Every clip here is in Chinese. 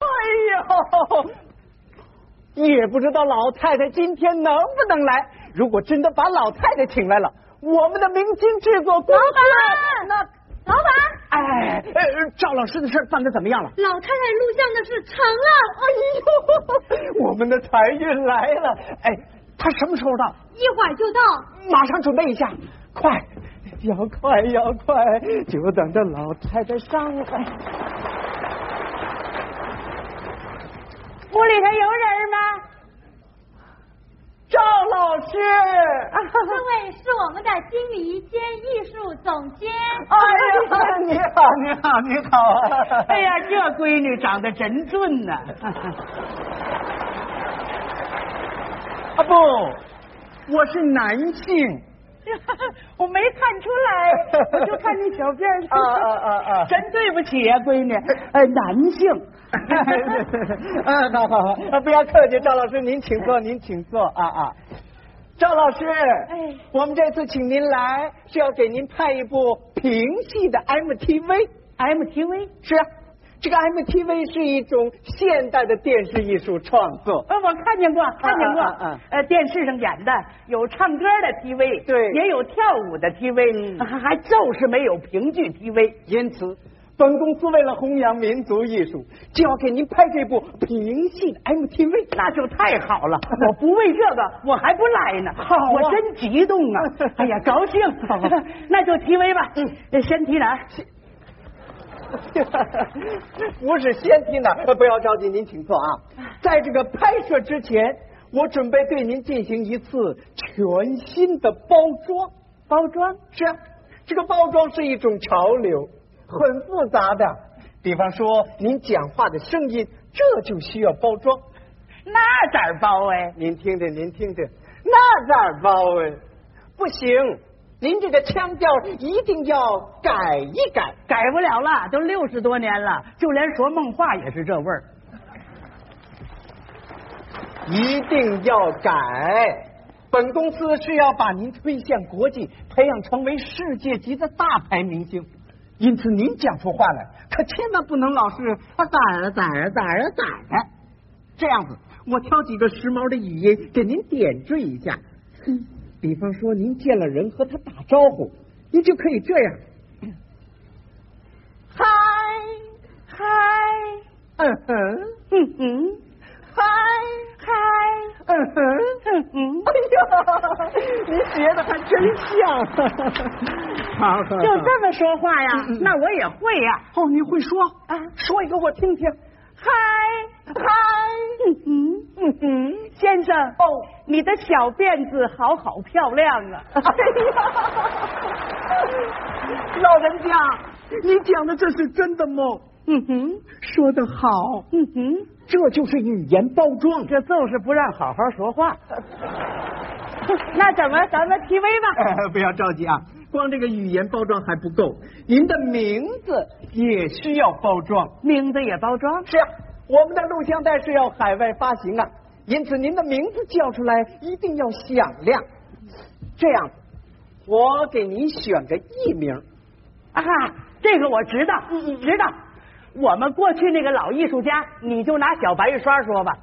哎也不知道老太太今天能不能来。如果真的把老太太请来了，我们的明星制作公老司板，老老板，哎，呃，赵老师的事儿办的怎么样了？老太太录像的是成 啊！哎呦，我们的财运来了，哎，他什么时候到？一会儿就到。马上准备一下，快，要快要快，就等着老太太上来。屋里头有人吗？赵老 师，这位是我们的经理兼艺术总监。哎呀，你好，你好，你 好！哎，呀，这闺女长得真俊 呐、啊不，我是男性。我没看出来，我就看你小辫儿。 啊 啊！真对不起呀、闺女，呃，男性。 啊，好好好，啊不要客气，赵老师，您请坐，您请坐啊啊！赵老师，哎我们这次请您来是要给您拍一部评戏的 MTV。 MTV，是啊，这个 MTV 是一种现代的电视艺术创作。呃，我看见过，看见过，啊啊啊呃，电视上演的有唱歌的 TV，对嗯也有跳舞的 TV，、还还就是没有评剧 TV。因此，本公司为了弘扬民族艺术，就要给您拍这部评戏的 MTV。那就太好了！ 我不为这个，我还不来呢。好啊我真激动 啊！哎呀，高兴好吧！ 那就提威吧。嗯，先提哪儿？ 不是先听哪儿？呃不要着急，您请坐啊。在这个拍摄之前，我准备对您进行一次全新的包装。包装。是啊，这个包装是一种潮流，很复杂的。比方说，您讲话的声音，这就需要包装。那咋包哎？您听听，您听听，那咋包啊？不行，您这个腔调一定要改一改。改不了了，都六十多年了，就连说梦话也是这味儿。一定要改。本公司是要把您推向国际，培养成为世界级的大牌明星。因此，您讲出话来，可千万不能老是啊咋儿咋儿咋儿咋儿。啊这样子，我挑几个时髦的语音给您点缀一下。嗯比方说，您见了人和他打招呼，您就可以这样。嗨嗨嗯哼，嗯嗯嗨嗨！嗯哼。嗯嗯，哎呀，您学的还真 像，好，好就这么说话呀？嗯嗯嗯那我也会呀。哦，你会说啊？说一个我听听。嗨嗨，嗯嗯嗯嗯，先生哦，你的小辫子好好漂亮 啊！哎哎老人家，你讲的这是真的吗？嗯哼，说的好，嗯哼。这就是语言包装。这就是不让好好说话。 那怎么咱们 TV 吧？呃， 不要着急啊，光这个语言包装还不够，您的名字也需要包装。名字也包装，是啊，我们的录像带是要海外发行啊，因此您的名字叫出来一定要响亮。这样，我给您选个艺名。啊，这个我知道，知道。我们过去那个老艺术家，你就拿小白玉栓说吧，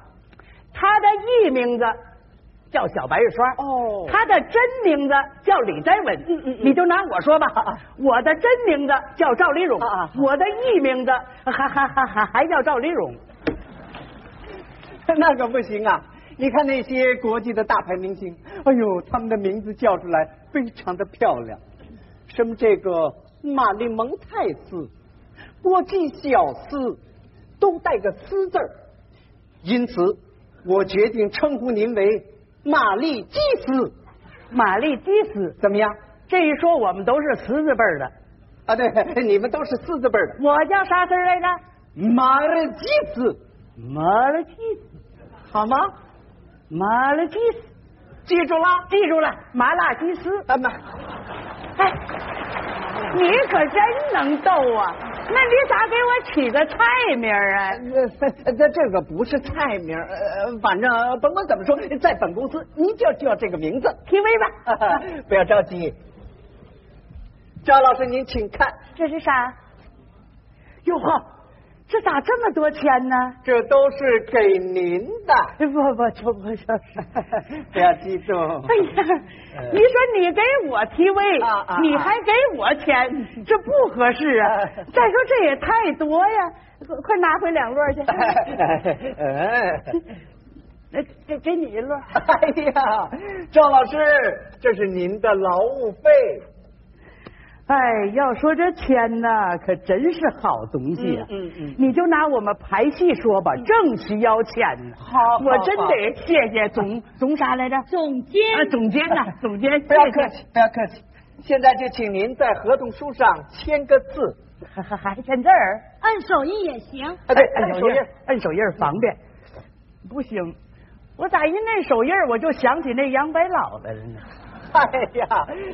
他的艺名字叫小白玉栓，哦他的真名字叫李斋文，嗯啊嗯，你就拿我说吧，我的真名字叫赵丽蓉，啊啊我的艺名字还还还还还叫赵丽蓉， 那可不行啊！你看那些国际的大牌明星，哎呦，他们的名字叫出来非常的漂亮，什么这个玛丽蒙泰斯、国际小斯，都带个“斯”字儿。因此，我决定称呼您为玛丽基斯，玛丽基斯。怎么样？这一说，我们都是十字辈儿的。啊，对，你们都是四字辈儿的，我叫啥字儿来着？玛丽基斯，马勒基斯，好吗？马勒基斯，记住啦，记住了，麻辣鸡丝。啊妈，哎，你可真能逗啊！那你咋给我起个菜名儿啊？这这这个不是菜名，呃，反正甭管怎么说，在本公司您就叫这个名字。 ，TV 吧， 不要着急，赵老师您请看，这是啥？哟呵，这咋这么多钱呢？这都是给您的，哎不不不不是，不要激动。哎呀，你说你给我提位，啊啊啊你还给我钱，这不合适 啊！啊再说这也太多呀，快快拿回两摞 去。哎那给给你一摞，呀，赵老师，这是您的劳务费。哎，要说这钱呐，可真是好东西呀、嗯嗯嗯你就拿我们排戏说吧，正需要钱呢。好我好真好得谢谢 总总啥来着？哎总监，啊，总监呐、总监，不要谢谢客气，不要客气。现在就请您在合同书上签个字。还还还签字儿。哎按手印也行。啊，对，按按手手印印儿。，按手印儿方便。不行，我咋一摁手印儿我就想起那杨白老来了呢？ 哎呀，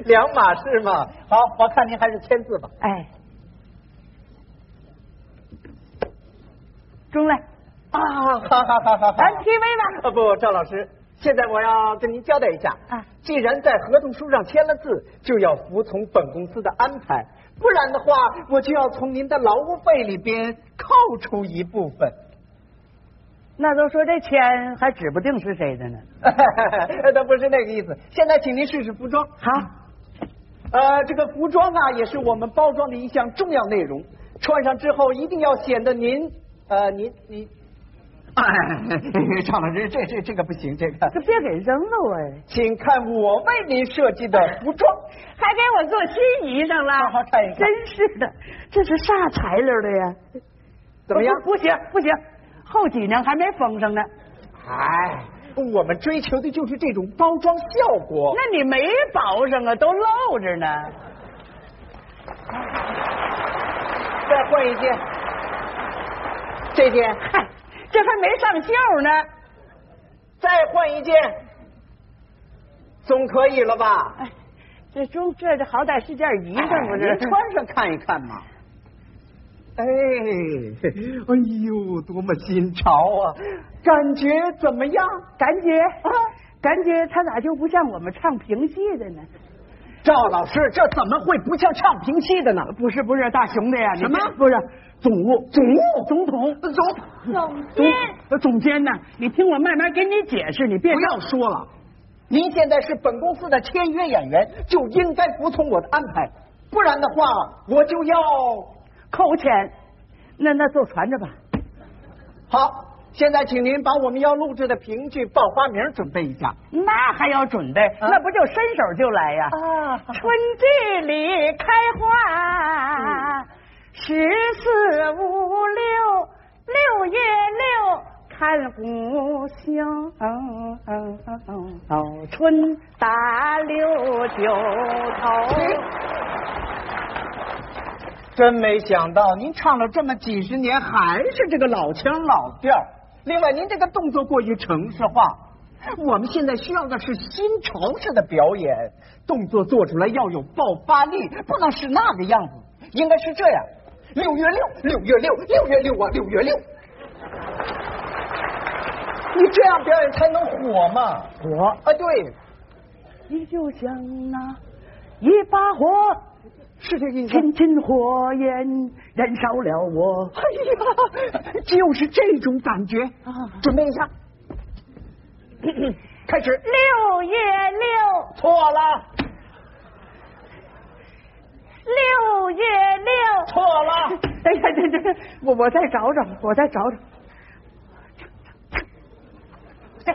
两码事嘛。好，我看您还是签字吧。哎，中来，啊，好好好好好。咱 TV 吧。啊不，赵老师，现在我要跟您交代一下啊既然在合同书上签了字，就要服从本公司的安排，不然的话，我就要从您的劳务费里边扣除一部分。 那都说这钱还指不定是谁的呢。但哎不是那个意思。现在请您试试服装。好，呃，这个服装啊，也是我们包装的一项重要内容。穿上之后，一定要显得您，呃，您您。哎， 赵老师，这这这个不行，这个，就别给扔了我， 请看我为您设计的服装。哦还给我做新衣裳了。好好看一看真是的，这是啥材料的呀？怎么样不不行不行，后脊梁还没缝上呢。哎，我们追求的就是这种包装效果。那你没包上啊，都露着呢。再换一件，这件，嗨，这还没上袖呢。再换一件，总可以了吧？哎，这中这这好歹是件衣裳，不哎是您？穿上看一看嘛。哎，哎呦，多么新潮啊！感觉怎么样？感觉啊，感觉他咋就不像我们唱评戏的呢？赵老师，这怎么会不像唱评戏的呢？不是不是，大熊的呀，你什么这不是总务总务总统走，总总监，呃总监呢？你听我慢慢给你解释，你别不要说了。您现在是本公司的签约演员，就应该服从我的安排，不然的话，我就要扣钱。那那坐船着吧。好。现在，请您把我们要录制的评剧报花名准备一下。那还要准备，那不就伸手就来呀？啊春季里开花，十四五六，六月六看五香。嗯嗯嗯嗯哦，春打六九头。真没想到，您唱了这么几十年，还是这个老腔老调儿。另外，您这个动作过于城市化，我们现在需要的是新潮式的表演，动作做出来要有爆发力，不能是那个样子，应该是这样：六月六，六月六，六月六啊，六月六。你这样表演才能火嘛？火啊，对，你就像那一把火，是这个意思。亲亲火焰燃烧了我。哎呀，就是这种感觉。准备一下，开始。六月六，错了，六月六，错了，哎呀，这这这，我我再找找，我再找找。这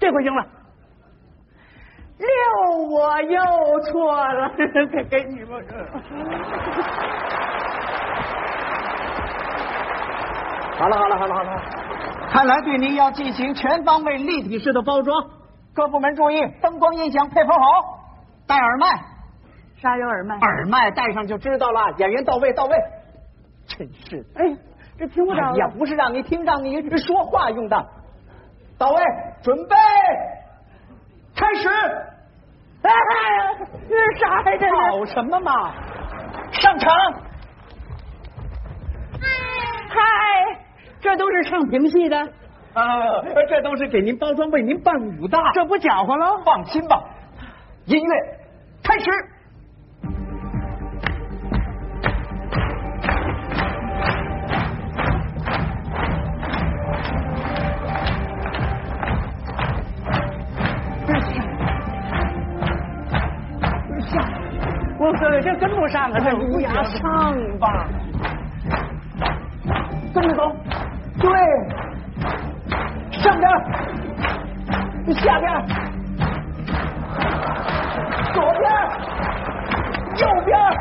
这回行了，六我又错了， 给给你们。好了，好了，好了，好了。看来对您要进行全方位立体式的包装。各部门注意，灯光音响配合好，戴耳麦，啥有耳麦？耳麦戴上就知道了。演员到位，到位。真是的，哎，这听不着哎呀了。，不是让你听，让你说话用的。到位，准备，开始。哎呀，哦这是啥呀？这是吵什么嘛？上场。嗨，这都是唱评戏的，啊，这都是给您包装，为您办武大。这不搅和了？放心吧，音乐开始。对，这跟不上啊，这乌鸦上吧。这么高，对，上边儿，下边儿，左边儿，右边儿，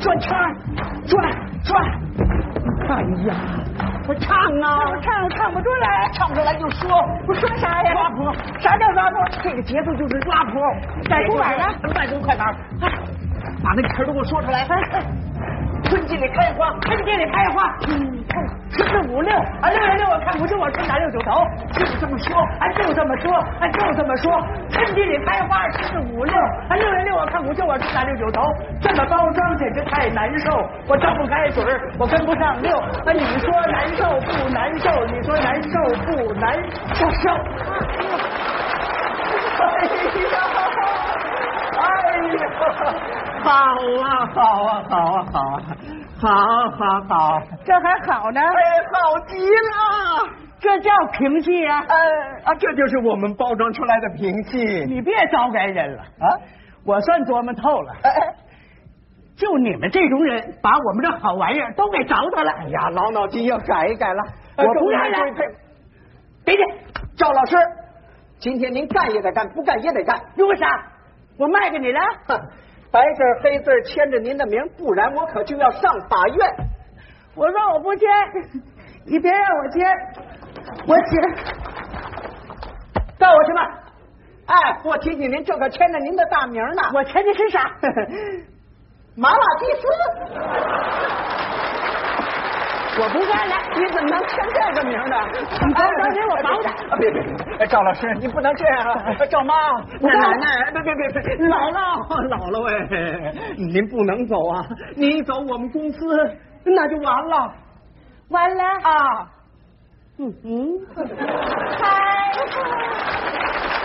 转圈儿，转转。哎呀，我唱啊，唱唱不出来，唱不出来就说，我说啥呀？抓婆，啥叫抓婆？这个节奏就是抓婆。在竹板呢快竹快板儿，哎把那个词儿都给我说出来。哎春季里开花，春季里开花，嗯，十四五六啊，六月六我看不是我春打六九头，就是这么说，啊，就这么说，啊，就这么说，春季里开花，十四五六啊，六月六我看不是我春打六九头，这么包装简直太难受，我张不开嘴儿，我跟不上六，啊，你说难受不难受？你说难受不难受？哎呀，哎呀。好啊，好啊，好啊，好啊，好啊好好，这还好呢，哎，好极了！这叫平戏呀、呃啊，这就是我们包装出来的平气你别糟改人了，啊！我算琢磨透了，哎哎，就你们这种人，把我们这好玩意儿都给糟蹋了。哎呀，老脑筋要改一改了。哎我不不让让这了这，别介，赵老师，今天您干也得干，不干也得干。因为啥？我卖给你了。哼，白字儿黑字儿签着您的名，不然我可就要上法院。我说我不签，你别让我签，我写告我什么？哎，我提醒您，这可签着您的大名呢。我签的是啥？麻辣鸡 丝，我不干了。你怎么能签这个名呢？啊你帮当时我帮他哎别别别，哎赵老师，你不能这样啊！哎赵妈，我奶奶奶，啊别别别别，姥姥姥姥哎，您不能走啊！您一走，我们公司那就完了完了，啊！嗯嗯，开花，